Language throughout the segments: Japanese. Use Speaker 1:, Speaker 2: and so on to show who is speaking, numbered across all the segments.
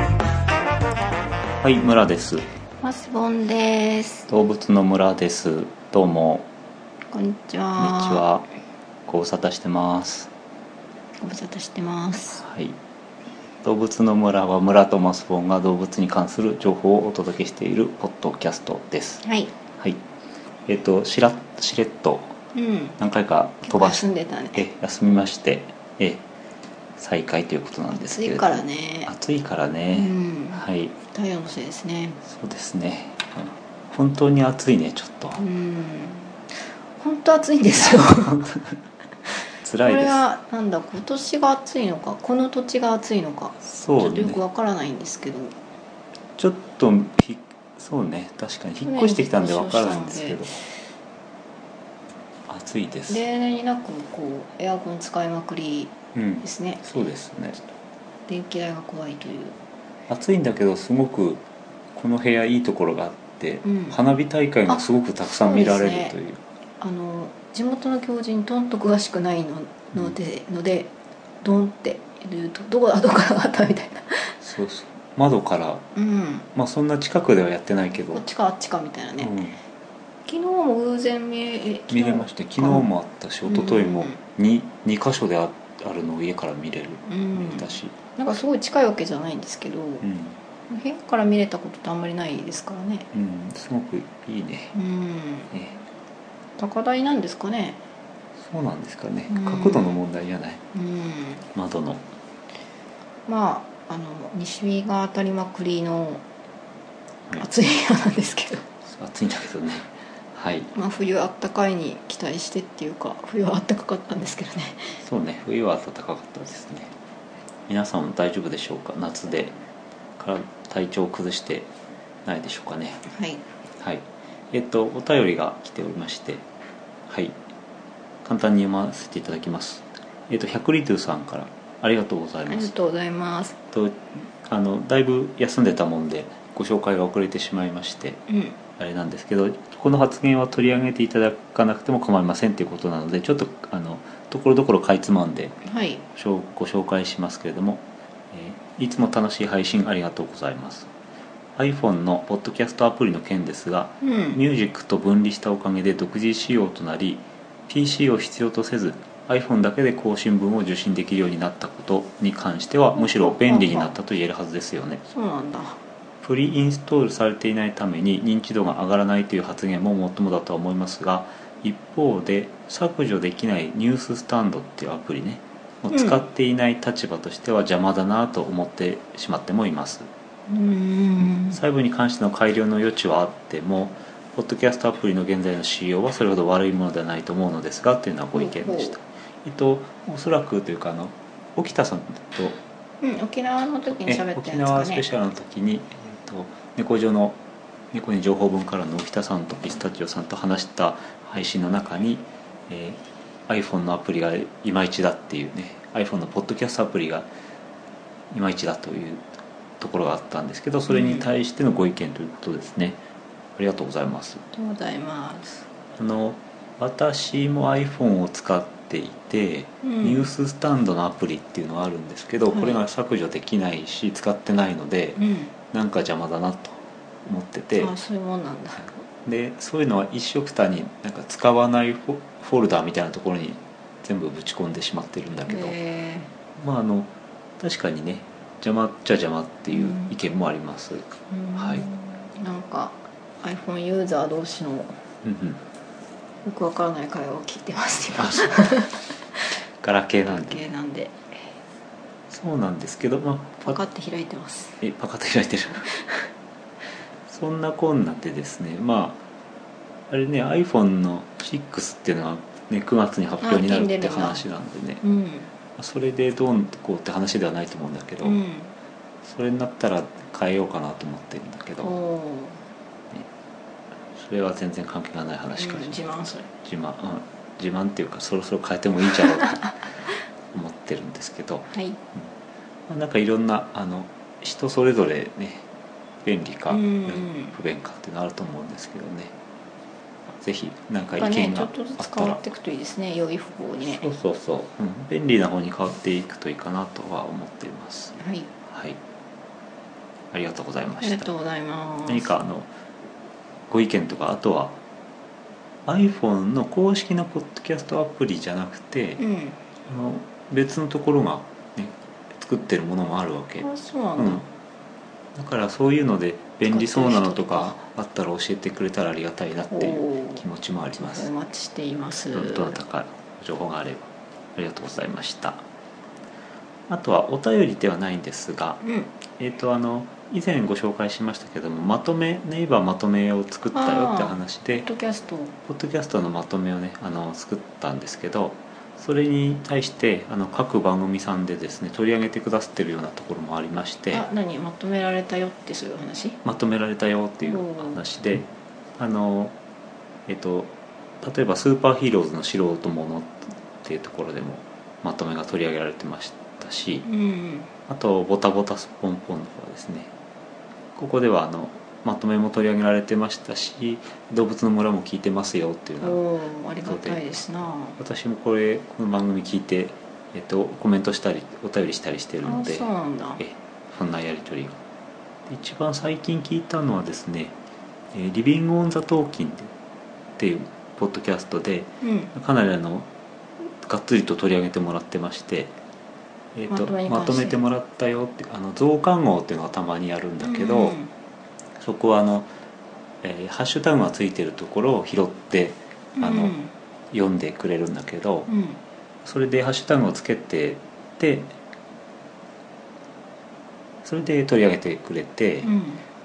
Speaker 1: はい村です
Speaker 2: マスボンです。
Speaker 1: 動物の村ですどうも
Speaker 2: こんに
Speaker 1: こん
Speaker 2: ち
Speaker 1: に
Speaker 2: は。
Speaker 1: ちはご無沙汰してます
Speaker 2: ご無沙汰してます。
Speaker 1: はい動物の村は村とマスボンが動物に関する情報をお届けしているポッドキャストです
Speaker 2: はい。
Speaker 1: はいえっ、としらしれっと
Speaker 2: うん。
Speaker 1: 何回か飛ばし
Speaker 2: 結構休んでたね。
Speaker 1: え休みましてえ再開ということなんですけ
Speaker 2: 暑
Speaker 1: れ
Speaker 2: い
Speaker 1: ど
Speaker 2: からね。
Speaker 1: 暑いから
Speaker 2: う
Speaker 1: ね、
Speaker 2: ん。
Speaker 1: はい
Speaker 2: 太陽のせいですね。
Speaker 1: そうですねうん本当に暑いねちょっと
Speaker 2: うん。本当暑いん ですよ。こ
Speaker 1: 辛い
Speaker 2: れ
Speaker 1: です
Speaker 2: はなんだ今年が暑いのかこの土地が暑いのか、ち
Speaker 1: そ
Speaker 2: ょ
Speaker 1: う
Speaker 2: っと
Speaker 1: ね
Speaker 2: よくわからないんですけど。
Speaker 1: ちょっとひそうね確かに引っ越してきたんで分からないんですけど暑いです
Speaker 2: 例年になくこうエアコン使いまくり
Speaker 1: うん
Speaker 2: ですね。
Speaker 1: そうですね
Speaker 2: 電気代が怖いという。
Speaker 1: 暑いんだけどすごくこの部屋いいところがあって、
Speaker 2: うん
Speaker 1: 花火大会がすごくたくさん見られるという
Speaker 2: あの地元の教授にどんと詳しくないのので、のでどんって言うとどこだどこだったみたいな、
Speaker 1: そうそう窓から
Speaker 2: うん、
Speaker 1: まあそんな近くではやってないけど、
Speaker 2: こっちかあっちかみたいなね、
Speaker 1: うん
Speaker 2: 昨日も偶然見え
Speaker 1: 見れました昨日もあったし一昨日も2二箇所でああるのを家から見れる
Speaker 2: た、う
Speaker 1: 見
Speaker 2: ん
Speaker 1: れ、たし、
Speaker 2: なんかすごい近いわけじゃないんですけど、
Speaker 1: うん
Speaker 2: 部屋から見れたことってあんまりないですからね
Speaker 1: うん、すごくいいね
Speaker 2: うん
Speaker 1: ね
Speaker 2: 高台なんですかね
Speaker 1: そうなんですかね
Speaker 2: うん
Speaker 1: 角度の問題じゃない
Speaker 2: うん
Speaker 1: 窓の
Speaker 2: まああの西日が当たりまくりの暑い部屋なんですけど
Speaker 1: 暑いんだけどねはい
Speaker 2: まあ、冬あったかいに期待してっていうか冬はあったかかったんですけどね
Speaker 1: そうね冬は暖かかったですね皆さん大丈夫でしょうか夏でから体調を崩してないでしょうかね
Speaker 2: はい
Speaker 1: はいえっとお便りが来ておりましてはい簡単に読ませていただきますえっと百里ーさんからありがとうござい
Speaker 2: あり
Speaker 1: ま
Speaker 2: が
Speaker 1: す
Speaker 2: とうございます
Speaker 1: とあのだいぶ休んでたもんでご紹介が遅れてしまいまして
Speaker 2: うん
Speaker 1: あれなんですけどこの発言は取り上げていただかなくても構いませんということなのでちょっとあのところどころかいつまんで
Speaker 2: はい
Speaker 1: しょうご紹介しますけれども、えーいつも楽しい配信ありがとうございます iPhone のポッドキャストアプリの件ですが
Speaker 2: うん
Speaker 1: ミュージックと分離したおかげで独自仕様となり PC を必要とせず iPhone だけで更新分を受信できるようになったことに関してはむしろ便利になったと言えるはずですよね
Speaker 2: そうなんだ
Speaker 1: プリインストールされていないために認知度が上がらないという発言ももっともだとは思いますが一方で削除できないニューススタンドっていうアプリねを使っていない立場としては邪魔だなと思ってしまってもいます、
Speaker 2: うーん
Speaker 1: 細部に関しての改良の余地はあってもポッドキャストアプリの現在の仕様はそれほど悪いものではないと思うのですがというのはご意見でした
Speaker 2: ほうほう
Speaker 1: えっとおそらくというかあの沖田さんと
Speaker 2: うん沖縄の時に
Speaker 1: え
Speaker 2: 喋った
Speaker 1: 沖
Speaker 2: やつか
Speaker 1: 縄スペ
Speaker 2: ね
Speaker 1: シャルの時に、えー、と猫上の猫に情報分からの沖田さんとピスタチオさんと話した配信の中に、えー iPhone のアプリがいまいちだっていうね iPhone のポッドキャストアプリがいまいちだというところがあったんですけどそれに対してのご意見ということですね、ありがとうございます
Speaker 2: ありがとうございます
Speaker 1: あの私も iPhone を使っていて、
Speaker 2: うん
Speaker 1: ニューススタンドのアプリっていうのはあるんですけど、
Speaker 2: はい
Speaker 1: これが削除できないし使ってないので、
Speaker 2: うん
Speaker 1: なんか邪魔だなと思ってて
Speaker 2: あそういうもんなんだ
Speaker 1: でそういうのは一緒くたになんか使わないフォフォルダーみたいなところに全部ぶち込んでしまってるんだけど、
Speaker 2: へ
Speaker 1: まああの確かにね邪魔っちゃ邪魔っていう意見もあります、うん
Speaker 2: えうん
Speaker 1: はい
Speaker 2: なんか iPhone ユーザー同士のよ
Speaker 1: うん、
Speaker 2: くわからない会話を聞いてます今
Speaker 1: あ そうガラケーなんで
Speaker 2: 系なんで
Speaker 1: そうなんですけどまあ
Speaker 2: パカって開いてます
Speaker 1: えパカッと開いてるそんなこんなでですねまああれね iPhone の6っていうのが、ね、9月に発表になるっ
Speaker 2: あ近
Speaker 1: て
Speaker 2: 年だ
Speaker 1: 話なんでね
Speaker 2: うん
Speaker 1: それでどうこうって話ではないと思うんだけど、
Speaker 2: うん
Speaker 1: それになったら変えようかなと思ってるんだけど、
Speaker 2: おー
Speaker 1: それは全然関係がない話から、
Speaker 2: うん自慢それ
Speaker 1: 自慢、うん自慢っていうかそろそろ変えてもいいじゃろうと思ってるんですけど、
Speaker 2: はい
Speaker 1: まあ、なんかいろんなあの人それぞれね便利か、
Speaker 2: うんうん
Speaker 1: 不便かっていうのあると思うんですけどねぜひなんか
Speaker 2: やっ
Speaker 1: 意
Speaker 2: ぱね
Speaker 1: 見
Speaker 2: ち
Speaker 1: が
Speaker 2: ょ
Speaker 1: あ
Speaker 2: っとず
Speaker 1: っ
Speaker 2: つ
Speaker 1: た
Speaker 2: 変わ
Speaker 1: ら
Speaker 2: っていくといいですね良い方にね
Speaker 1: そうそうそう、うん便利な方に変わっていくといいかなとは思っています
Speaker 2: はい
Speaker 1: はいありがとうございま
Speaker 2: あり
Speaker 1: し
Speaker 2: が
Speaker 1: た
Speaker 2: とうございます
Speaker 1: 何かあのご意見とかあとは iPhone の公式のポッドキャストアプリじゃなくて、
Speaker 2: うん
Speaker 1: あの別のところが、ね、作ってるものもあるわけ、
Speaker 2: あそうな
Speaker 1: うん
Speaker 2: だ
Speaker 1: ん、だからそういうので便利そうなのとかあったら教えてくれたらありがたいなっていう
Speaker 2: おお
Speaker 1: 気持ちもあります
Speaker 2: お待ちしています
Speaker 1: どどなたか情報があればありがとうございましたあとはお便りではないんですが、
Speaker 2: うん
Speaker 1: えー、とあの以前ご紹介しましたけどもまとめネイバーまとめを作ったよって話
Speaker 2: ポ
Speaker 1: で
Speaker 2: ッドキャスト
Speaker 1: ポッドキャストのまとめをねあの作ったんですけどそれに対してあの各番組さんでですね取り上げてくださってるようなところもありまして
Speaker 2: あ何まとめられたよってそういう話
Speaker 1: まとめられたよっていう話であのえっと例えば「スーパーヒーローズの素人もの」っていうところでもまとめが取り上げられてましたし
Speaker 2: うん
Speaker 1: あと「ボタボタスッポンポン」の方ですねここではあのまとめも取り上げられてましたし「動物の村」も聞いてますよっていう
Speaker 2: お
Speaker 1: のは
Speaker 2: おありがたいですな
Speaker 1: 私もこれこの番組聞いて、えっと、コメントしたりお便りしたりしてるの
Speaker 2: あ
Speaker 1: で
Speaker 2: そうなんだ
Speaker 1: えそんなやり取りがで一番最近聞いたのはですね「えーリビング・オン・ザ・トーキン」っていうポッドキャストで
Speaker 2: うん
Speaker 1: かなりあのがっつりと取り上げてもらってまして、えーと
Speaker 2: まとめに
Speaker 1: ま
Speaker 2: 関して
Speaker 1: とめてもらったよってあの増刊号っていうのがたまにあるんだけど、
Speaker 2: うん
Speaker 1: そこはあの、えーハッシュタグがついてるところを拾ってあの
Speaker 2: うん
Speaker 1: 読んでくれるんだけど、
Speaker 2: うん
Speaker 1: それでハッシュタグをつけててそれで取り上げてくれて、
Speaker 2: うん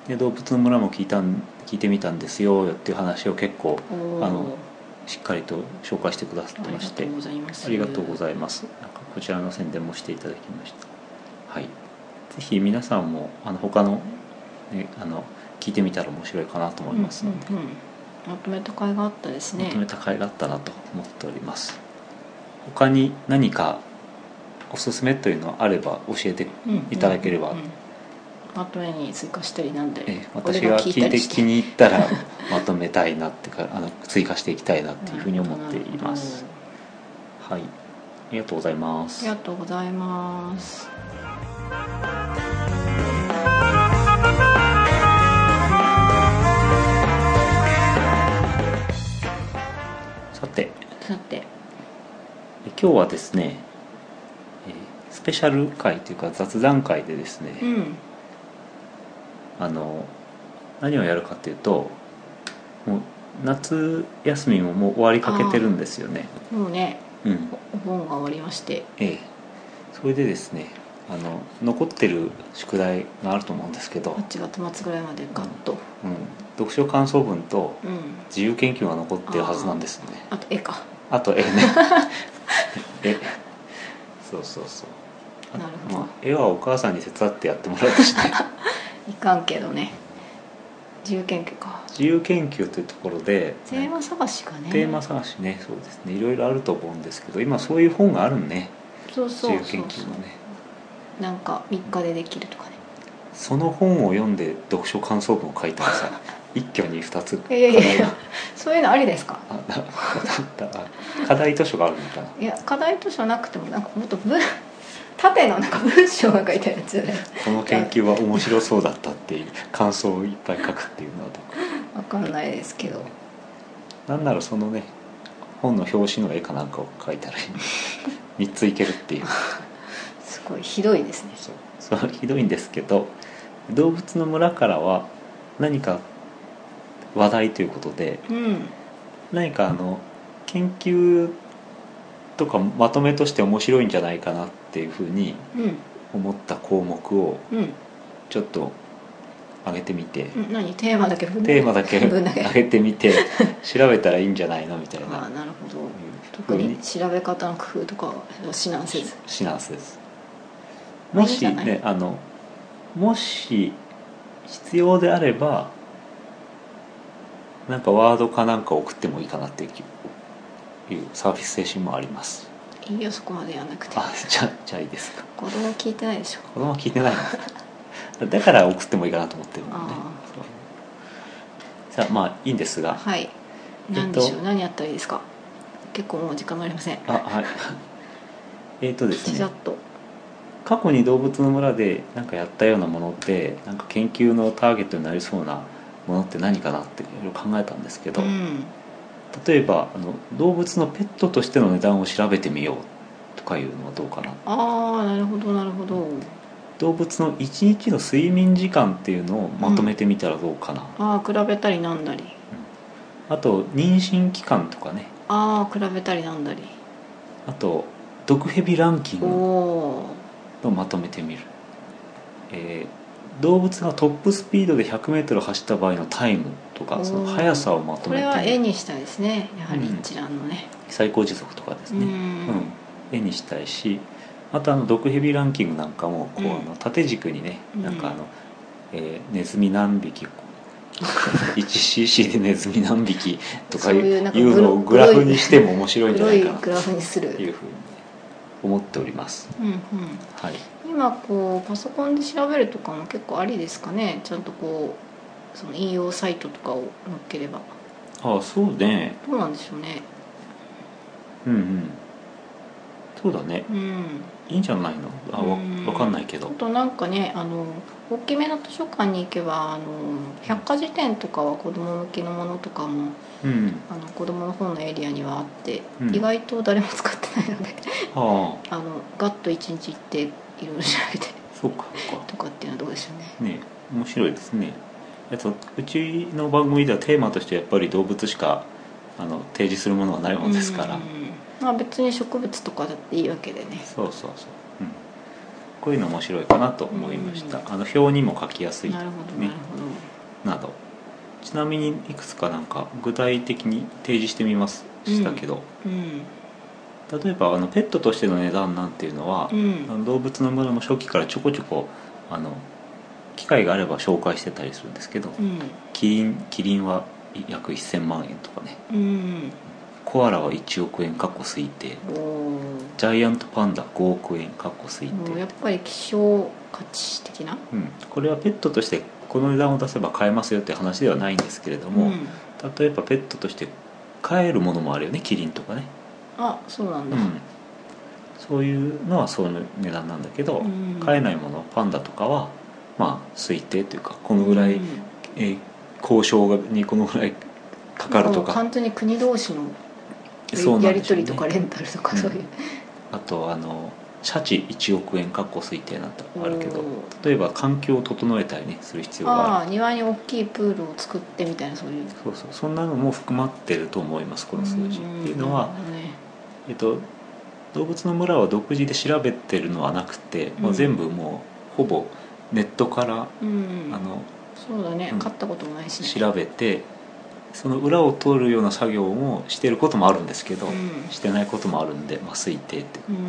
Speaker 1: で動物の村も聞いたん聞いてみたんですよっていう話を結構
Speaker 2: おお
Speaker 1: あのしっかりと紹介してくださってまして
Speaker 2: ございます
Speaker 1: ありがとうご
Speaker 2: い
Speaker 1: ざいますなんかこちらの宣伝もしていただきましたはいぜひ皆さんもあの他の,、ね、あの聞いてみたら面白いかなと思いますので、
Speaker 2: うんうんうんまとめた甲斐があったですね
Speaker 1: まとめた甲斐があったなと思っております他に何かおすすめというのはあれば教えて、
Speaker 2: うん
Speaker 1: いただければ
Speaker 2: うんうんまとめに追加したりなんだり
Speaker 1: え私が聞いて気に入ったらまとめたいなってかあの追加していきたいなっていうふうに思っていますはいありがとうございま
Speaker 2: あ
Speaker 1: す
Speaker 2: りがとうございます
Speaker 1: さて
Speaker 2: さて
Speaker 1: え今日はですねえースペシャル回というか雑談会でですね、
Speaker 2: うん
Speaker 1: あの何をやるかというともう夏休みももう終わりかけてるんですよね
Speaker 2: もうね
Speaker 1: うん
Speaker 2: お盆が終わりまして
Speaker 1: ええ、それでですねあの残ってる宿題があると思うんですけど、うん、
Speaker 2: 8月末ぐらいまでガッと
Speaker 1: 読書感想文と
Speaker 2: うん
Speaker 1: 自由研究が残ってるはずなんですね
Speaker 2: あと絵か
Speaker 1: あと絵 ね絵そうそうそうあ
Speaker 2: なるほど
Speaker 1: まあ、絵はお母さんに手伝ってやってもらうとして
Speaker 2: いかんけどね自由研究か
Speaker 1: 自由研究というところで
Speaker 2: テーマ探しかね
Speaker 1: テーマ探しねそうですねいろいろあると思うんですけど今そういう本があるね
Speaker 2: そう
Speaker 1: 自
Speaker 2: そう
Speaker 1: 由
Speaker 2: そう
Speaker 1: 研究のね
Speaker 2: なんか3日でできるとか ね
Speaker 1: その本を読んで読書感想文を書いたらさ 一挙に2つ課
Speaker 2: いやいやい
Speaker 1: 題が
Speaker 2: やそういうのありですか
Speaker 1: あなわかったあ課題図書があるのかない
Speaker 2: や課題図書なくてもなんかもっと文縦のなんか文章が書いてあるやつよね
Speaker 1: この研究は面白そうだったっていう感想をいっぱい書くっていうのはどうか
Speaker 2: わかんないですけど
Speaker 1: なんならそのね本の表紙の絵かなんかを書いたらいい3ついけるっていう
Speaker 2: すごいひどいですね
Speaker 1: そうそれはひどいんですけど動物の村からは何か話題ということで
Speaker 2: うん
Speaker 1: 何かあの研究とかまとめとして面白いんじゃないかなっていうふうに
Speaker 2: うん
Speaker 1: 思った項目を
Speaker 2: うん
Speaker 1: ちょっと上げてみて、
Speaker 2: ん何テーマだけ分
Speaker 1: テーマだけ
Speaker 2: 分だけ
Speaker 1: 上げてみ て調べたらいいんじゃないのみたい
Speaker 2: ああ
Speaker 1: な
Speaker 2: なるほ
Speaker 1: ふ
Speaker 2: ど特
Speaker 1: う
Speaker 2: に調べ方の工夫とかを指南せず
Speaker 1: シナンスです
Speaker 2: まあ
Speaker 1: も
Speaker 2: いいん
Speaker 1: し
Speaker 2: じゃない
Speaker 1: ねあのもし必要であればなんかワードかなんか送ってもいいかなっていういうサービス精神もあります
Speaker 2: いいよそこまでやんなくて
Speaker 1: あじゃあじゃあいいですか
Speaker 2: 子供聞いてないでしょ
Speaker 1: 子供は聞いてない のだから送ってもいいかなと思ってるもんね
Speaker 2: あ
Speaker 1: じゃあまあいいんですが
Speaker 2: はい
Speaker 1: えっと
Speaker 2: 何でしょう、何やったらいいですか結構もう時間もありません
Speaker 1: あはいえっとです
Speaker 2: ちら
Speaker 1: ね
Speaker 2: っと
Speaker 1: 過去に動物の村でなんかやったようなものってなんか研究のターゲットになりそうなものって何かなっていろいろ考えたんですけ
Speaker 2: う
Speaker 1: ど、
Speaker 2: ん
Speaker 1: 例えばあの動物のペットとしての値段を調べてみようとかいうのはどうかな
Speaker 2: ああなるほどなるほど
Speaker 1: 動物の1日の睡眠時間っていうのをまとめてみたらどうかな、
Speaker 2: ああ比べたりなんだり
Speaker 1: あと妊娠期間とかね
Speaker 2: ああ比べたりなんだり
Speaker 1: あと毒蛇ランキン
Speaker 2: お
Speaker 1: グ
Speaker 2: お
Speaker 1: をまとめてみる、えー動物がトップスピードで 100m 走った場合のタイムと
Speaker 2: お
Speaker 1: か
Speaker 2: ー
Speaker 1: その速さをま
Speaker 2: ー
Speaker 1: と
Speaker 2: これ
Speaker 1: め
Speaker 2: は
Speaker 1: て
Speaker 2: 絵にしたいですねやはり
Speaker 1: うん
Speaker 2: 一覧のね
Speaker 1: 最高時速とかです
Speaker 2: うん
Speaker 1: ね、うん絵にしたいしあとあの毒蛇ランキングなんかもこう
Speaker 2: うん
Speaker 1: あの縦軸にね、
Speaker 2: うん
Speaker 1: なんかあの、えーネズミ何匹 1cc でネズミ何匹とかい
Speaker 2: そういう
Speaker 1: う
Speaker 2: なんか
Speaker 1: いうのをグ
Speaker 2: グ
Speaker 1: ラ
Speaker 2: ロ
Speaker 1: フにしても面白いんじゃ
Speaker 2: 黒
Speaker 1: ない
Speaker 2: い
Speaker 1: かな
Speaker 2: グ
Speaker 1: と
Speaker 2: ラフにする
Speaker 1: いうふうに思っております。
Speaker 2: うんうん
Speaker 1: はい
Speaker 2: 今こうパソコンで調べるとかも結構ありですかねちゃんとこうその引用サイトとかを載っければ
Speaker 1: ああそうね
Speaker 2: どうなんでしょうね
Speaker 1: うんうんそうだね
Speaker 2: うん
Speaker 1: いいんじゃないのあわ
Speaker 2: うん
Speaker 1: わかんないけ
Speaker 2: あ
Speaker 1: ど
Speaker 2: となんかねあの大きめの図書館に行けばあの百科事典とかは子ども向けのものとかも
Speaker 1: うん
Speaker 2: あの子どもの本のエリアにはあって、
Speaker 1: うん
Speaker 2: 意外と誰も使ってないので
Speaker 1: あ
Speaker 2: あのガッと一日行っていろいろ調べて
Speaker 1: あそうかそうか
Speaker 2: とかっていうのはどうでしょうね
Speaker 1: ね面白いですねえっとうちの番組ではテーマとしてやっぱり動物しかあの提示するものはないもんですから
Speaker 2: うんまあ別に植物とかだっていいわけでね
Speaker 1: そうそうそう、うん、こういうの面白いかなと思いました
Speaker 2: う
Speaker 1: あの表にも書きやすい
Speaker 2: なるほど、
Speaker 1: ね
Speaker 2: なるほど
Speaker 1: などちなみにいくつかなんか具体的に提示してみましたけど、
Speaker 2: うん
Speaker 1: 例えばあのペットとしての値段なんていうのは
Speaker 2: う、ん
Speaker 1: あの動物の村も初期からちょこちょこあの機会があれば紹介してたりするんですけど、
Speaker 2: うん
Speaker 1: キリンキリンは約1000万円とかね
Speaker 2: うん
Speaker 1: コアラは1億円かっこ推定
Speaker 2: おー
Speaker 1: ジャイアントパンダ5億円かっこ推
Speaker 2: もうやっ
Speaker 1: 定、
Speaker 2: ぱり希少価値的な
Speaker 1: うん、これはペットとしてこの値段を出せば買えますよって話ではないんですけれども、
Speaker 2: ん、
Speaker 1: 例えばペットとして飼えるものもあるよねキリンとかね、
Speaker 2: あそうなん
Speaker 1: う
Speaker 2: だ、
Speaker 1: ん、そういうのはそういう値段なんだけど、
Speaker 2: うん
Speaker 1: 飼えないものパンダとかはまあ推定というかこのぐらい、
Speaker 2: うん
Speaker 1: えー交渉にこのぐらいかかると
Speaker 2: もう
Speaker 1: か
Speaker 2: 完全に国同士の
Speaker 1: そうな
Speaker 2: や
Speaker 1: ん
Speaker 2: り
Speaker 1: ですよね
Speaker 2: 取りとかレンタルとかそういう、
Speaker 1: あとあのシャチ1億円かっこ推定なんてあるけど
Speaker 2: おー
Speaker 1: 例えば環境を整えたりねする必要があ
Speaker 2: あ
Speaker 1: る
Speaker 2: あ庭に大きいプールを作ってみたいなそういう
Speaker 1: そうそうそんなのも含まってると思いますこの数字っていうのは、
Speaker 2: んね
Speaker 1: えっと、動物の村は独自で調べてるのはなくて、もう
Speaker 2: うん
Speaker 1: 全部もうほぼネットから、
Speaker 2: うん
Speaker 1: あの
Speaker 2: そうだね、
Speaker 1: うん
Speaker 2: 買ったこともないしね
Speaker 1: 調べてその裏を通るような作業もしてることもあるんですけど、
Speaker 2: うん
Speaker 1: してないこともあるんで、まあ、推定っていう
Speaker 2: うん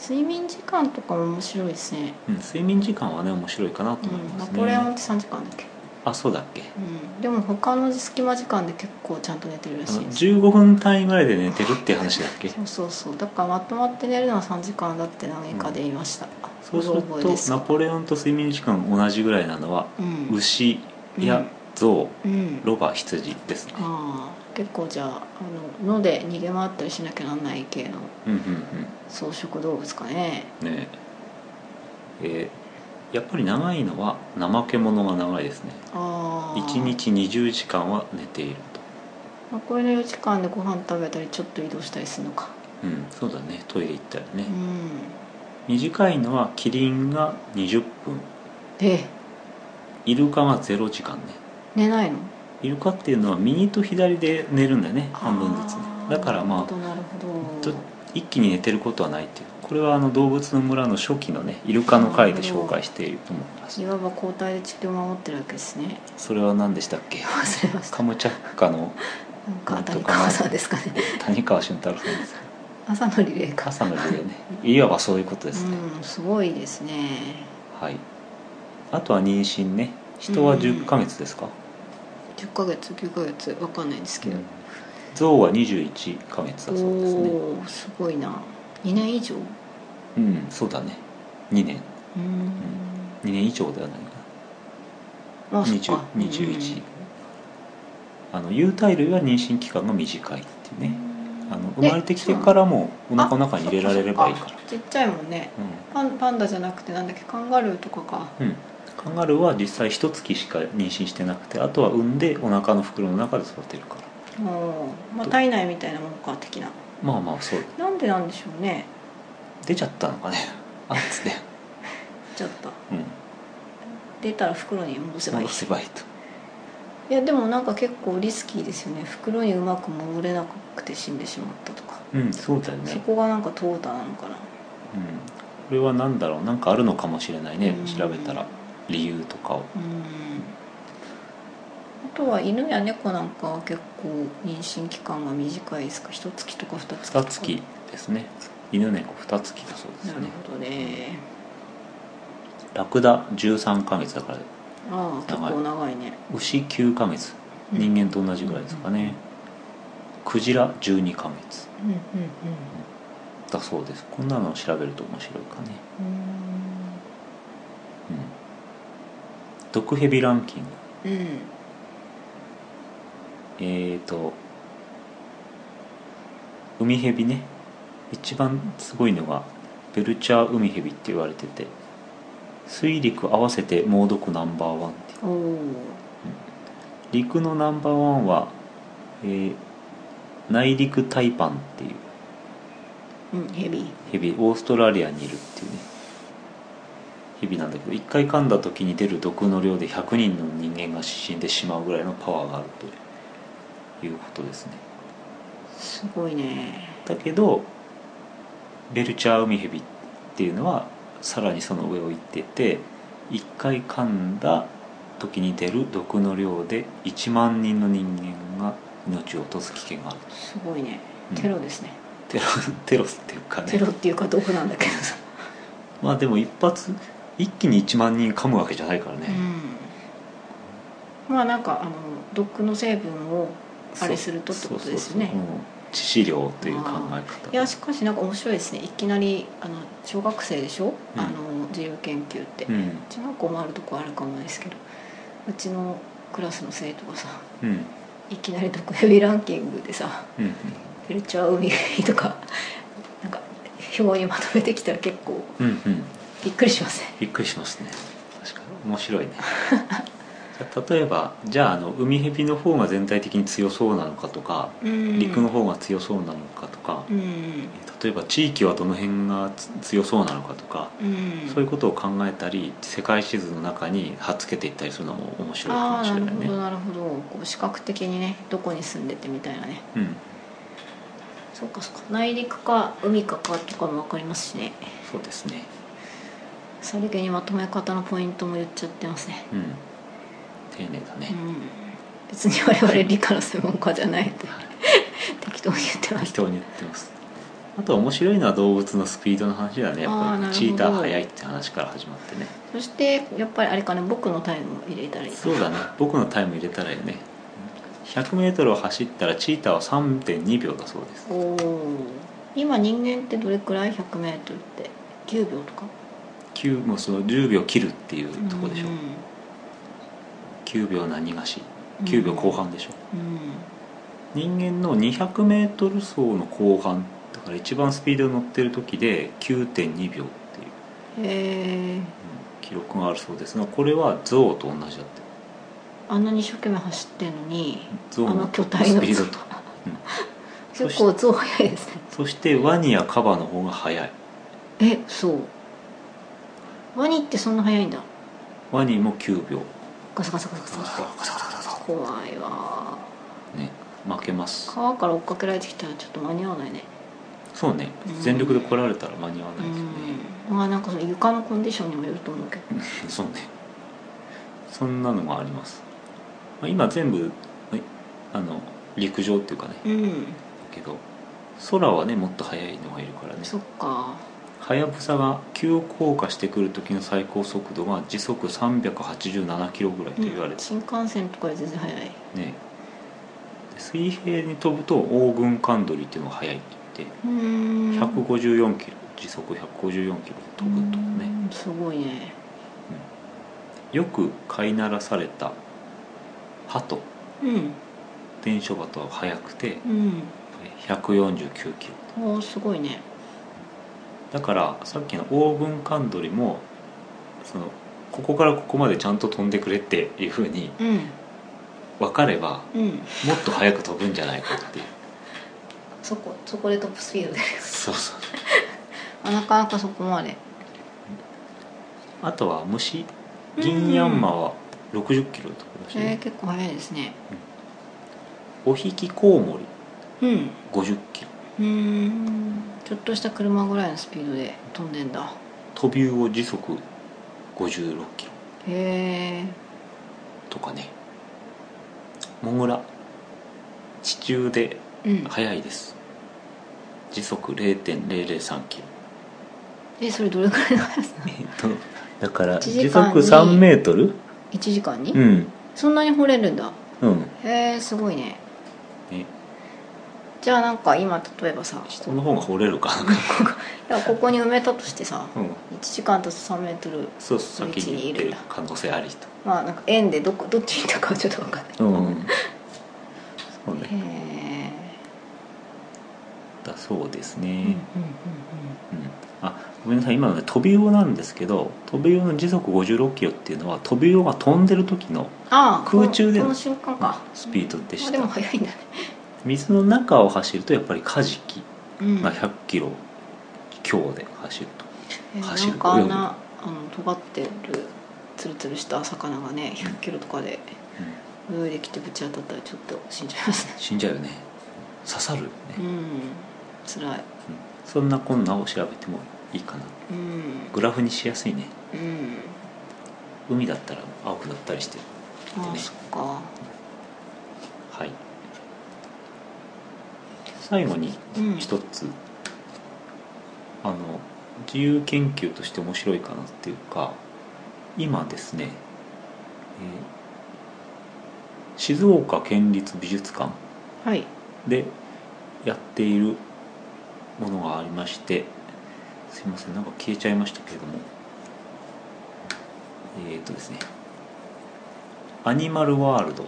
Speaker 2: 睡眠時間とかも面白いですね
Speaker 1: うん、睡眠時間はね面白いかなと思い
Speaker 2: うん、
Speaker 1: ま
Speaker 2: ナ
Speaker 1: す
Speaker 2: ポレオンっ
Speaker 1: ね
Speaker 2: て。3時間だっけ、
Speaker 1: あそうだっけ
Speaker 2: うん、でも他の隙間時間で結構ちゃんと寝てるら
Speaker 1: あ
Speaker 2: し
Speaker 1: の
Speaker 2: いです
Speaker 1: 15分単位ぐらいで寝てるっていう話だっけ
Speaker 2: そうそうそうだからまとまって寝るのは3時間だって何かで言いました、
Speaker 1: そうする
Speaker 2: うろ覚えです
Speaker 1: とナポレオンと睡眠時間同じぐらいなのは
Speaker 2: うん
Speaker 1: 牛や象
Speaker 2: うん
Speaker 1: ロバ羊ですね
Speaker 2: ああ結構じゃああの野で逃げ回ったりしなきゃなんない系の
Speaker 1: うんうん
Speaker 2: 草食動物かね
Speaker 1: うんねえーやっぱり長いのは怠け者が長いですね
Speaker 2: ああ
Speaker 1: 1日20時間は寝ていると
Speaker 2: まあ、これの4時間でご飯食べたりちょっと移動したりするのか
Speaker 1: うんそうだねトイレ行ったりね
Speaker 2: うん
Speaker 1: 短いのはキリンが20分
Speaker 2: え
Speaker 1: イルカが0時間ね
Speaker 2: 寝ないの
Speaker 1: イルカっていうのは右と左で寝るんだよね半分ずつね
Speaker 2: あー
Speaker 1: だからまあ
Speaker 2: なるほどなるほ
Speaker 1: ど
Speaker 2: ど
Speaker 1: 一気に寝てることはないっていうこれはあの動物の村の初期のねイルカの回で紹介していると思います
Speaker 2: いわば交代で地球を守ってるわけですね
Speaker 1: それは何でしたっ け
Speaker 2: 忘れました
Speaker 1: カムチャッカの
Speaker 2: なんか谷川さんですか ね
Speaker 1: 谷川俊太郎さん です
Speaker 2: 朝のリレーか
Speaker 1: 傘の理由ねいわばそういうことですね、
Speaker 2: うんすごいですね
Speaker 1: はいあとは妊娠ね人は10ヶ月ですか、
Speaker 2: 10ヶ月9ヶ月わかんないですけど、
Speaker 1: うん象は21ヶ月だそうですね
Speaker 2: おおーすごいな2年以上う
Speaker 1: うんそうだね2年
Speaker 2: ーん
Speaker 1: 2年以上ではないか
Speaker 2: ま
Speaker 1: な
Speaker 2: あそっか
Speaker 1: 20 21、あの有袋類は妊娠期間が短いっていう
Speaker 2: うん
Speaker 1: ねあの生まれてきてからもお腹の中に入れられればいいから
Speaker 2: あちっちゃいもんねパンパンダじゃなくてなんだっけカンガルーとかか
Speaker 1: うん、うん、カンガルーは実際一月しか妊娠してなくてあとは産んでお腹の袋の中で育てるから
Speaker 2: おーまあ体内みたいなもんか的な
Speaker 1: まあまあそう
Speaker 2: なんでなんでしょうね
Speaker 1: 出ちゃったのかね あっつって
Speaker 2: ちょっと
Speaker 1: うん
Speaker 2: 出たら袋に戻せばいい
Speaker 1: 戻せばいいと
Speaker 2: いやでもなんか結構リスキーですよね袋にうまく守れなくて死んでしまったとか、
Speaker 1: うんそうだよね
Speaker 2: そこがなんか淘汰なのかな
Speaker 1: うん、これは何だろう何かあるのかもしれないね
Speaker 2: うん
Speaker 1: 調べたら理由とかを
Speaker 2: うんあとは犬や猫なんかは結構妊娠期間が短いですか一月とか二月とか
Speaker 1: 二月ですね犬猫二月だそうです
Speaker 2: なる
Speaker 1: ね
Speaker 2: ほどね
Speaker 1: ラクダ13ヶ月だから
Speaker 2: ああ結構長いね
Speaker 1: 牛9ヶ月
Speaker 2: うん
Speaker 1: 人間と同じぐらいですかね、クジラ12ヶ月
Speaker 2: うんうん
Speaker 1: だそうですこんなのを調べると面白いかね、
Speaker 2: う
Speaker 1: うん、毒ヘビランキング
Speaker 2: んうんうん
Speaker 1: えー、とウミヘビね一番すごいのがベルチャーウミヘビって言われてて水陸合わせて猛毒ナンバーワンっていう
Speaker 2: おお
Speaker 1: 陸のナンバーワンは、えー内陸タイパンっていう
Speaker 2: うんヘビ
Speaker 1: ヘビオーストラリアにいるっていうねヘビなんだけど一回噛んだ時に出る毒の量で100人の人間が死んでしまうぐらいのパワーがあるということですね
Speaker 2: すごいね
Speaker 1: だけどベルチャーウミヘビっていうのはさらにその上を行ってて一回噛んだ時に出る毒の量で1万人の人間が命を落とす危険がある
Speaker 2: すごいね
Speaker 1: うん
Speaker 2: テロですね、
Speaker 1: テロテロスっていうか
Speaker 2: テロ
Speaker 1: ね
Speaker 2: っていうかどこなんだけどさ、
Speaker 1: まあでも一発一気に1万人噛むわけじゃないからね、
Speaker 2: うん、まあなんかあの毒の成分を
Speaker 1: そう
Speaker 2: あれするとってことですよね
Speaker 1: そうそうそううん致死量という考え
Speaker 2: い
Speaker 1: 方
Speaker 2: やしかしなんか面白いですねいきなりあの小学生でしょ、
Speaker 1: うん
Speaker 2: あの自由研究って、
Speaker 1: う
Speaker 2: うんちの子もあるとこあるかもですけどうちのクラスの生徒がさ
Speaker 1: うん
Speaker 2: いきなり毒ヘビランキングでさ
Speaker 1: うん
Speaker 2: フェルチャー海ヘビとか なんか表にまとめてきたら結構
Speaker 1: うんうんうん
Speaker 2: びっくりしますね
Speaker 1: びっくりしますね確かに面白いねじゃあ例えばじゃああのウミヘビの方が全体的に強そうなのかとか陸の方が強そうなのかとか、
Speaker 2: うん
Speaker 1: 例えば地域はどの辺がつ強そうなのかとか、
Speaker 2: うん
Speaker 1: そういうことを考えたり世界地図の中に貼っつけていったりするのも面白いか
Speaker 2: あ
Speaker 1: も
Speaker 2: あ
Speaker 1: し
Speaker 2: な
Speaker 1: れ
Speaker 2: る
Speaker 1: ない
Speaker 2: ほ
Speaker 1: ね
Speaker 2: ど、なるほどこう視覚的にねどこに住んでてみたいなね
Speaker 1: うん、
Speaker 2: そうかそうか内陸か海かかとかも分かりますしね
Speaker 1: そうですね、
Speaker 2: さりげにまとめ方のポイントも言っちゃってますね
Speaker 1: うん、丁寧だ
Speaker 2: う
Speaker 1: ね、
Speaker 2: ん別に我々理科の専門家じゃないので適当に言ってま
Speaker 1: 適
Speaker 2: す
Speaker 1: 当に言ってますあと面白いのは動物のスピードの話だねや
Speaker 2: あー
Speaker 1: っぱ
Speaker 2: なるほど
Speaker 1: りチーター速いって話から始まってね
Speaker 2: そしてやっぱりあれかな僕のタイムを入れたらいいか
Speaker 1: そうだね僕のタイム入れたらよね 100m を走ったらチーターは3.2秒だそうです
Speaker 2: おお今人間ってどれくらい 100m って9秒とか
Speaker 1: 9もうその10秒切るっていうとこでしょ、
Speaker 2: うん
Speaker 1: 9秒何がし9秒後半でしょ、
Speaker 2: うん
Speaker 1: 人間の 200m 走の後半だから一番スピードに乗ってる時で9.2秒っていう、うん
Speaker 2: へえ
Speaker 1: 記録があるそうですがこれは象と同じだって
Speaker 2: あんなに一生懸命走ってんのにあ
Speaker 1: 象の
Speaker 2: の
Speaker 1: ト
Speaker 2: 巨
Speaker 1: ップス
Speaker 2: 体の
Speaker 1: ピードと
Speaker 2: 結構ゾウ早いですね
Speaker 1: そしてワニやカバの方が速い
Speaker 2: えそうワニってそんな早いんだ
Speaker 1: ワニも9秒
Speaker 2: ガサガサガサガサガ
Speaker 1: ガサガサガサ
Speaker 2: サ怖いわ
Speaker 1: ね負けます
Speaker 2: 川から追っかけられてきたらちょっと間に合わないね
Speaker 1: そうね
Speaker 2: うん
Speaker 1: 全力で来られたら間に合わないけどね、
Speaker 2: うんまあなんかその床のコンディションにもよると思うけど
Speaker 1: そうねそんなのがあります、まあ、今全部えあの陸上っていうかね
Speaker 2: うん
Speaker 1: けど空はねもっと速いのがいるからね
Speaker 2: そっか
Speaker 1: はやぶさが急降下してくる時の最高速度が時速387キロぐらいと言われて、
Speaker 2: 新幹線とかより全然早い
Speaker 1: ねで水平に飛ぶと黄金カンドリっていうのが速いって
Speaker 2: うーん
Speaker 1: 言って154キロ時速154キロで飛ぶとかね、
Speaker 2: うんすごいね
Speaker 1: よく飼いならされた鳩
Speaker 2: うん
Speaker 1: 伝書鳩は速くて
Speaker 2: うん
Speaker 1: 149キロ
Speaker 2: おーすごいね
Speaker 1: だからさっきの黄金カンドリもそのここからここまでちゃんと飛んでくれっていうふうに
Speaker 2: うん
Speaker 1: 分かれば
Speaker 2: うん
Speaker 1: もっと速く飛ぶんじゃないかっていう
Speaker 2: そこそこでトップスピードで
Speaker 1: そうそう
Speaker 2: あなかなかそこまで
Speaker 1: あとは虫銀ヤンマは60キロ飛ぶらしい
Speaker 2: えー、
Speaker 1: ね、
Speaker 2: 結構早いですね
Speaker 1: おひきコウモリ
Speaker 2: うん
Speaker 1: 50キロ
Speaker 2: うーんちょっとした車ぐらいのスピードで飛んでんだ
Speaker 1: トビウオ時速56キロ
Speaker 2: へえ
Speaker 1: とかねモグラ地中で
Speaker 2: うん
Speaker 1: 速いです時速0.003キロ
Speaker 2: えそれどれくらい の速さなの
Speaker 1: えっとだから
Speaker 2: 1時
Speaker 1: 時
Speaker 2: 間
Speaker 1: 速
Speaker 2: に
Speaker 1: 3メートル
Speaker 2: 1時間に、
Speaker 1: うん
Speaker 2: そんなに掘れるんだ
Speaker 1: うん
Speaker 2: へえすごいね
Speaker 1: ね
Speaker 2: じゃあなんか今例えばさ
Speaker 1: 人の方が掘れるかな
Speaker 2: いやここに埋めたとしてさ
Speaker 1: うん
Speaker 2: 1時間経つと3メートル
Speaker 1: そうそう先に行って
Speaker 2: 道にいるん
Speaker 1: る
Speaker 2: だ
Speaker 1: 可能性ありと
Speaker 2: まあなんか円でどこどっちにいたかはちょっと分かんない
Speaker 1: うんそうね
Speaker 2: へ
Speaker 1: だそうです
Speaker 2: え、
Speaker 1: ね
Speaker 2: うんうんうん
Speaker 1: う
Speaker 2: うん、
Speaker 1: んあごめんなさい今のねトビウオなんですけどトビウオの時速56キロっていうのはトビウオが飛んでる時の
Speaker 2: ああ
Speaker 1: 空中での
Speaker 2: このこの瞬間か
Speaker 1: スピードでし
Speaker 2: あ
Speaker 1: た
Speaker 2: でも早いんだね
Speaker 1: 水の中を走るとやっぱりカジキ
Speaker 2: うん
Speaker 1: が100キロ強で走ると、
Speaker 2: え
Speaker 1: 走る
Speaker 2: なんかあんなあの尖ってるツルツルした魚がね100キロとかで
Speaker 1: うん
Speaker 2: 泳いできてぶち当たったらちょっと死んじゃい ますね
Speaker 1: 死んじゃうよね刺さるよね、
Speaker 2: う
Speaker 1: うん
Speaker 2: ん辛い
Speaker 1: そんなこんなを調べてもいいかな
Speaker 2: うん
Speaker 1: グラフにしやすいね
Speaker 2: うん
Speaker 1: 海だったら青くなったりして
Speaker 2: ああ
Speaker 1: ね
Speaker 2: そっか
Speaker 1: はい最後に
Speaker 2: うん
Speaker 1: 一つ、あの自由研究として面白いかなっていうか今ですね、えー静岡県立美術館
Speaker 2: はい
Speaker 1: でやっているものがありましてすいませんなんか消えちゃいましたけれどもえー、っとですね「アニマルワールド」
Speaker 2: っ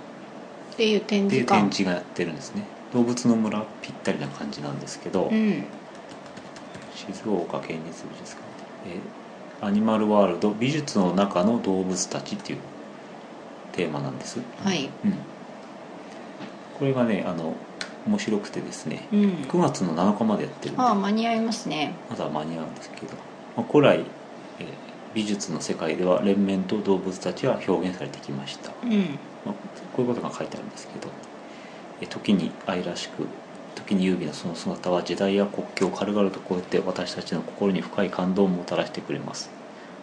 Speaker 2: ていう展
Speaker 1: っていう展
Speaker 2: 示館
Speaker 1: 示がやってるんですね動物の村ぴったりな感じなんですけど、
Speaker 2: うん
Speaker 1: 静岡県立美術館、えーアニマルワールド美術の中の動物たち」っていうテーマなんです、
Speaker 2: はい
Speaker 1: うん、これがねあの面白くてですね、
Speaker 2: うん
Speaker 1: 9月の7日までやってるんで
Speaker 2: ああ
Speaker 1: ま
Speaker 2: 間に合いますね
Speaker 1: だ間に合うんですけど、まあ、古来、えー美術の世界では連綿と動物たちは表現されてきました、
Speaker 2: うん
Speaker 1: まあ、こういうことが書いてあるんですけど、えー時に愛らしく時に優美なその姿は時代や国境を軽々と超えて私たちの心に深い感動をもたらしてくれます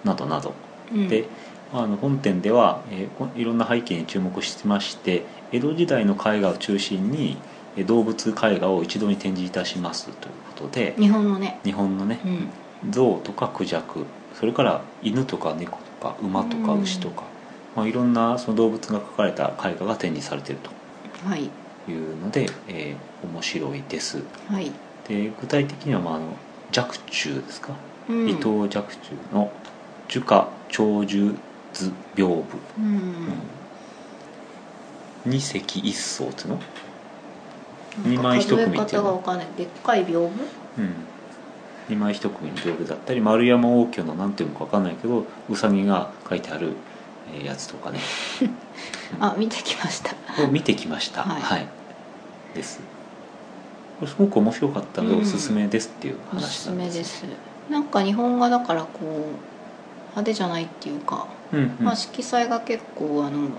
Speaker 1: などなど
Speaker 2: うん
Speaker 1: であの本展では、えーこいろんな背景に注目してまして江戸時代の絵画を中心にえー動物絵画を一度に展示いたしますということで
Speaker 2: 日本のね
Speaker 1: 日本のね
Speaker 2: うん
Speaker 1: 象とかクジャクそれから犬とか猫とか馬とか
Speaker 2: うん
Speaker 1: 牛とか、まあ、いろんなその動物が描かれた絵画が展示されている
Speaker 2: はい
Speaker 1: というので、えー面白いです
Speaker 2: はい、
Speaker 1: で具体的には、まあ、あの若冲ですか、
Speaker 2: うん、
Speaker 1: 伊藤若冲の「樹下鳥獣図屏風」
Speaker 2: うん
Speaker 1: 二隻一層っていうの、
Speaker 2: な
Speaker 1: 二
Speaker 2: ん
Speaker 1: 枚
Speaker 2: か
Speaker 1: 一組っていうの
Speaker 2: 数え方がわかんないでっかい屏風
Speaker 1: うん、二枚一組の屏風だったり丸山王挙のなんていうのかわかんないけどうさぎが書いてあるえーやつとかね
Speaker 2: あ見てきました
Speaker 1: を見てきました
Speaker 2: はい
Speaker 1: ですこれすごく面白かったので
Speaker 2: うん
Speaker 1: おすすめですっていう
Speaker 2: おす
Speaker 1: 話
Speaker 2: す
Speaker 1: なん
Speaker 2: め
Speaker 1: です,、
Speaker 2: ですなんか日本画だからこう派手じゃないっていうか、
Speaker 1: うんうん
Speaker 2: まあ、色彩が結構あの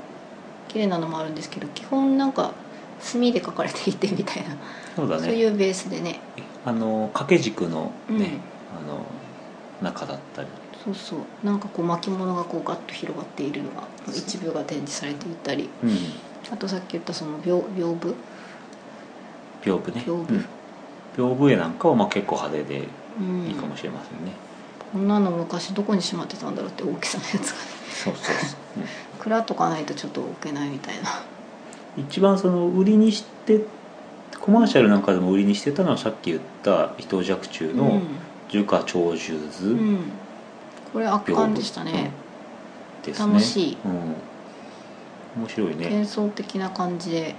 Speaker 2: 綺麗なのもあるんですけど基本なんか墨で描かれていてみたいな
Speaker 1: そうだ
Speaker 2: そう
Speaker 1: ね
Speaker 2: いうベースでね
Speaker 1: あの掛け軸の
Speaker 2: うん
Speaker 1: ね、あの中だったり
Speaker 2: そうそうなんかこう巻物がこうガッと広がっているのが一部が展示されていたり
Speaker 1: うん
Speaker 2: あとさっき言ったその屏屏風
Speaker 1: 屏風ね
Speaker 2: 屏風
Speaker 1: うん屏風絵なんかはまあ結構派手で
Speaker 2: うん
Speaker 1: いいかもしれませんね、
Speaker 2: こんなの昔どこにしまってたんだろうって大きさのやつがね
Speaker 1: そうそうそう、
Speaker 2: 蔵とかないとちょっと置けないみたいな
Speaker 1: うん一番その売りにしてコマーシャルなんかでも売りにしてたのはさっき言った伊藤若冲の「樹花鳥獣図
Speaker 2: うん、うんこれ圧巻でしたね」
Speaker 1: ですね、
Speaker 2: 楽しい
Speaker 1: うん、面白いね
Speaker 2: 幻想的な感じで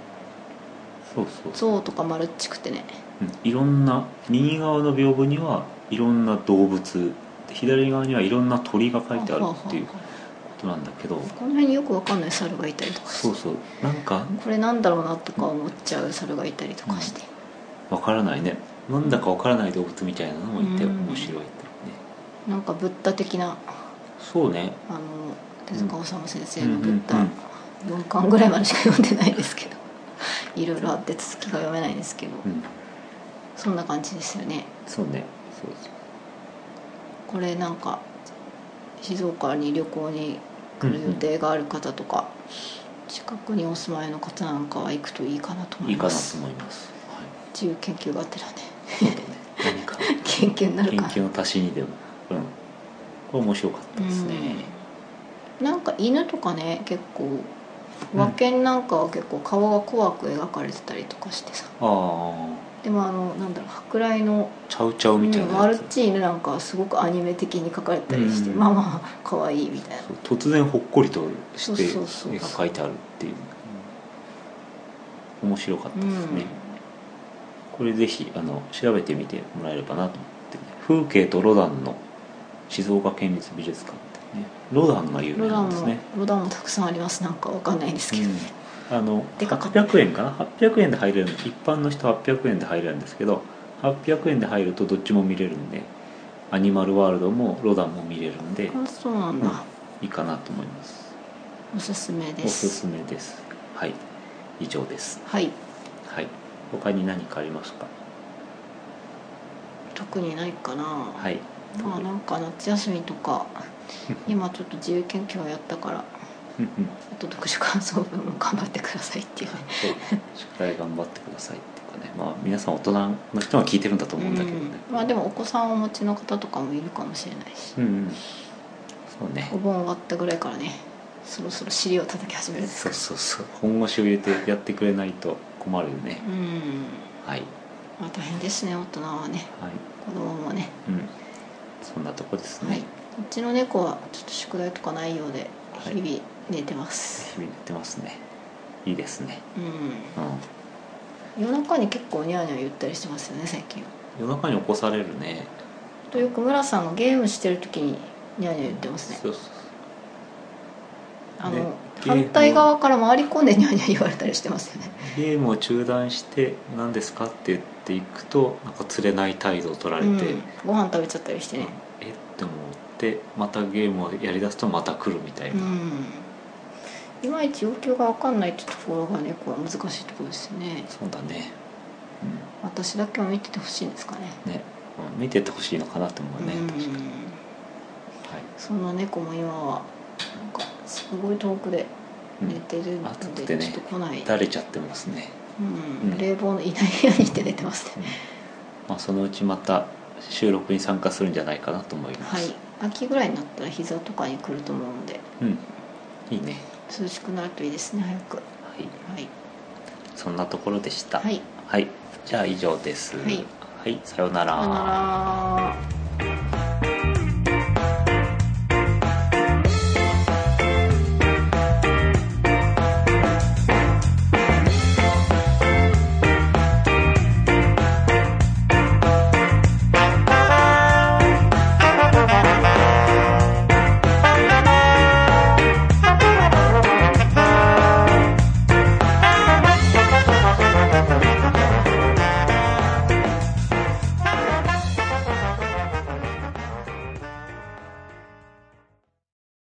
Speaker 1: そうそう
Speaker 2: 象とか丸っちくてね
Speaker 1: うんいろんな右側の屏風にはいろんな動物で左側にはいろんな鳥が書いてあるっていうこ
Speaker 2: はは
Speaker 1: となんだけど
Speaker 2: はこの辺によくわかんない猿がいたりとかして
Speaker 1: そうそうなんか
Speaker 2: これなんだろうなとか思っちゃう猿がいたりとかして、
Speaker 1: わからないねなんだかわからない動物みたいなのもいて
Speaker 2: うん
Speaker 1: 面白いっていうね
Speaker 2: なんかブッダ的な
Speaker 1: そうね
Speaker 2: あの手塚治虫先生のブッ
Speaker 1: うん
Speaker 2: ダ4巻ぐらいまでしか読んでないですけどいろいろあって続きが読めないんですけど
Speaker 1: うん
Speaker 2: そんな感じですよね
Speaker 1: そうねそうそう
Speaker 2: これなんか静岡に旅行に来る予定がある方とか、近くにお住まいの方なんかは行くといいかなと思
Speaker 1: い
Speaker 2: い
Speaker 1: いか
Speaker 2: ま
Speaker 1: な
Speaker 2: す
Speaker 1: と思います、は
Speaker 2: 自由研究があってだね
Speaker 1: い、何か
Speaker 2: 研究に なる
Speaker 1: 研
Speaker 2: かな
Speaker 1: 究の足しにでも、うん、これ面白かったですね、
Speaker 2: うんなんか犬とかね結構
Speaker 1: うん
Speaker 2: 和犬なんかは結構顔が怖く描かれてたりとかしてさ
Speaker 1: あ
Speaker 2: でもあのなんだろう舶来の
Speaker 1: あちゃうちゃうみたいな
Speaker 2: マ
Speaker 1: や
Speaker 2: ル
Speaker 1: つ、
Speaker 2: チーヌなんかはすごくアニメ的に描かれてたりして、
Speaker 1: うん
Speaker 2: まあまあ可愛いみたいな
Speaker 1: そう突然ほっこりとして
Speaker 2: そうそうそう
Speaker 1: 絵が描いてあるっていう面白かった
Speaker 2: う
Speaker 1: で
Speaker 2: ん
Speaker 1: すね、これぜひあの調べてみてもらえればなと思って、ね、風景とロダンの静岡県立美術館ってねロダンが有名
Speaker 2: ロダ
Speaker 1: な
Speaker 2: ン
Speaker 1: んです
Speaker 2: も、
Speaker 1: ね
Speaker 2: ロダンもたくさんありますなんかわかんないんですけど、
Speaker 1: うん、あの
Speaker 2: でかかった
Speaker 1: 800円かな800円で入れるの一般の人800円で入れるんですけど800円で入るとどっちも見れるんでアニマルワールドもロダンも見れるんで
Speaker 2: あそうなんだ、
Speaker 1: いいかなと思います
Speaker 2: おすすめで
Speaker 1: おす
Speaker 2: す
Speaker 1: すめですはい以上です
Speaker 2: はい
Speaker 1: はい他に何かありますか
Speaker 2: 特にないかな、
Speaker 1: はい
Speaker 2: まあなんか夏休み とか今ちょっと自由研究をやったから
Speaker 1: うんうん
Speaker 2: あと読書感想文も頑張ってくださいっていうね
Speaker 1: そう宿題頑張ってくださいっていうかねまあ皆さん大人の人は聞いてるんだと思うんだけどね、
Speaker 2: うんまあでもお子さんをお持ちの方とかもいるかもしれないし
Speaker 1: うんうんそうね
Speaker 2: お盆終わったぐらいからねそろそろ尻を叩き始めるんです
Speaker 1: そう
Speaker 2: か
Speaker 1: そうそう本腰を入れてやってくれないと困るよね
Speaker 2: うん
Speaker 1: はい
Speaker 2: まあ大変ですね大人はね
Speaker 1: はい
Speaker 2: 子供もね
Speaker 1: うんそんなとこですね、
Speaker 2: はいこっちの猫はちょっと宿題とかないようで
Speaker 1: はい
Speaker 2: 日々寝てます、
Speaker 1: 日々寝てますねいいですねうん
Speaker 2: うん夜中に結構ニャーニャー言ったりしてますよね最近
Speaker 1: 夜中に起こされるね
Speaker 2: あとよく村さんがゲームしてる時にニャーニャー言ってますね
Speaker 1: そうそう
Speaker 2: あの、
Speaker 1: ねゲーム
Speaker 2: 反対側から回り込んでニャーニャー言われたりしてますよね
Speaker 1: ゲームを中断して「何ですか?」って言っていくとなんか釣れない態度を取られて、
Speaker 2: うん、ご飯食べちゃったりしてね
Speaker 1: えって思ってまたゲームをやりだすとまた来るみたいうな、
Speaker 2: んいまいち要求が分かんないってところがねこう難しいところですよね
Speaker 1: そうだね、
Speaker 2: 私だけを見ててほしいんですかね
Speaker 1: うん、ね、うん、見ててほしいのかなと思うね、
Speaker 2: うん
Speaker 1: 確かにはい
Speaker 2: その猫も今はなんかすごい遠くで寝てる
Speaker 1: うん暑
Speaker 2: の
Speaker 1: く
Speaker 2: で、
Speaker 1: てね
Speaker 2: ちょっと来ない、
Speaker 1: だれちゃってますね、
Speaker 2: うん
Speaker 1: うん
Speaker 2: 冷房のいない部屋にいて寝てますね
Speaker 1: まあ、そのうちまた収録に参加するんじゃないかなと思いま
Speaker 2: はい
Speaker 1: す、
Speaker 2: 秋ぐらいになったら膝とかに来ると思うので
Speaker 1: うんいいね
Speaker 2: 涼しくなるといいですね早く
Speaker 1: はい
Speaker 2: はい、
Speaker 1: そんなところでした
Speaker 2: はい、
Speaker 1: はい、じゃあ以上です
Speaker 2: はい
Speaker 1: はい、さような
Speaker 2: さよなら